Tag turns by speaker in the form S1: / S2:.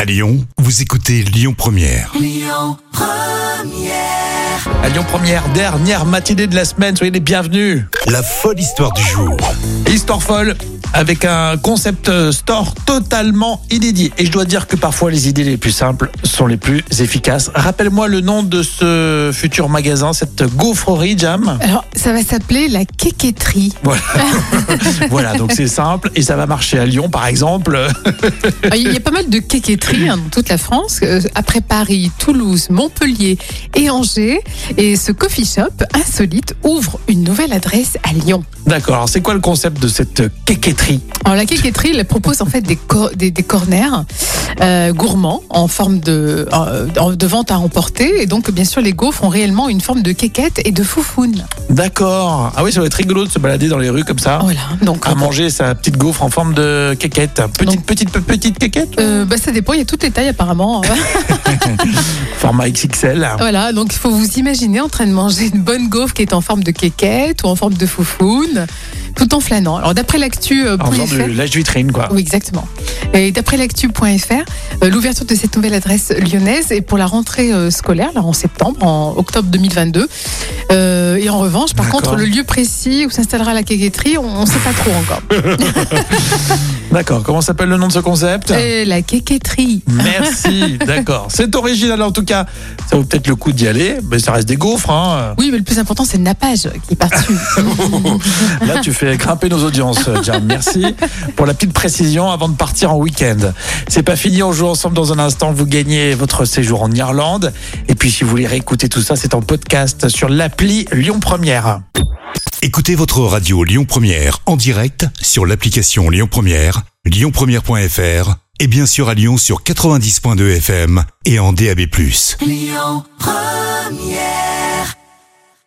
S1: À Lyon, vous écoutez Lyon Première.
S2: À Lyon Première, dernière matinée de la semaine, soyez les bienvenus.
S1: La folle histoire du jour.
S2: Histoire folle avec un concept euh, store totalement inédit. Et je dois dire que parfois les idées les plus simples sont les plus efficaces. Rappelle-moi le nom de ce futur magasin, cette gaufrerie Jam.
S3: Alors, ça va s'appeler la quéqueterie.
S2: Voilà, voilà donc c'est simple et ça va marcher à Lyon par exemple.
S3: Alors, Ah, Il y a pas mal de quéqueteries hein, dans toute la France, euh, après Paris, Toulouse, Montpellier et Angers. Et ce coffee shop insolite ouvre une nouvelle adresse à Lyon.
S2: D'accord, alors c'est quoi le concept de cette quéqueterie
S3: Alors, la quéqueterie elle propose en fait des, cor- des, des corners euh, gourmands en forme de, euh, de vente à emporter. Et donc, bien sûr, les gaufres ont réellement une forme de quéquette et de foufoune.
S2: D'accord. Ah oui, ça va être rigolo de se balader dans les rues comme ça.
S3: Voilà, donc
S2: À manger sa petite gaufre en forme de quéquette. Petite,
S3: Donc-
S2: petite, petite, petite quéquette
S3: euh, bah, ça dépend, il y a toutes les tailles apparemment.
S2: Format XXL.
S3: Voilà, donc il faut vous imaginer en train de manger une bonne gaufre qui est en forme de quéquette ou en forme de foufoune, tout en flânant. Alors d'après euh,
S2: En faisant
S3: l'actu.fr,
S2: de l'âge vitrine, quoi.
S3: oui, exactement. Et d'après l'actu.fr, euh, l'ouverture de cette nouvelle adresse lyonnaise est pour la rentrée euh, scolaire, là en septembre, en octobre 2022. Euh, et en revanche, par
S2: D'accord.
S3: contre, le lieu précis où s'installera la quéquetterie, on ne sait pas trop encore.
S2: D'accord. Comment s'appelle le nom de ce concept
S3: Euh, la quéquetterie.
S2: Merci. D'accord. C'est original, en tout cas. Ça vaut peut-être le coup d'y aller, mais ça reste des gaufres. hein.
S3: Oui, mais le plus important, c'est le nappage qui part dessus.
S2: Là, tu fais grimper nos audiences, Jam. Merci pour la petite précision avant de partir en week-end. C'est pas fini. On joue ensemble dans un instant. Vous gagnez votre séjour en Irlande. Et puis, si vous voulez réécouter tout ça, c'est en podcast sur l'appli Lyon Première.
S1: Écoutez votre radio Lyon Première en direct sur l'application Lyon Première, lyonpremière.fr et bien sûr à Lyon sur 90.2 FM et en DAB+.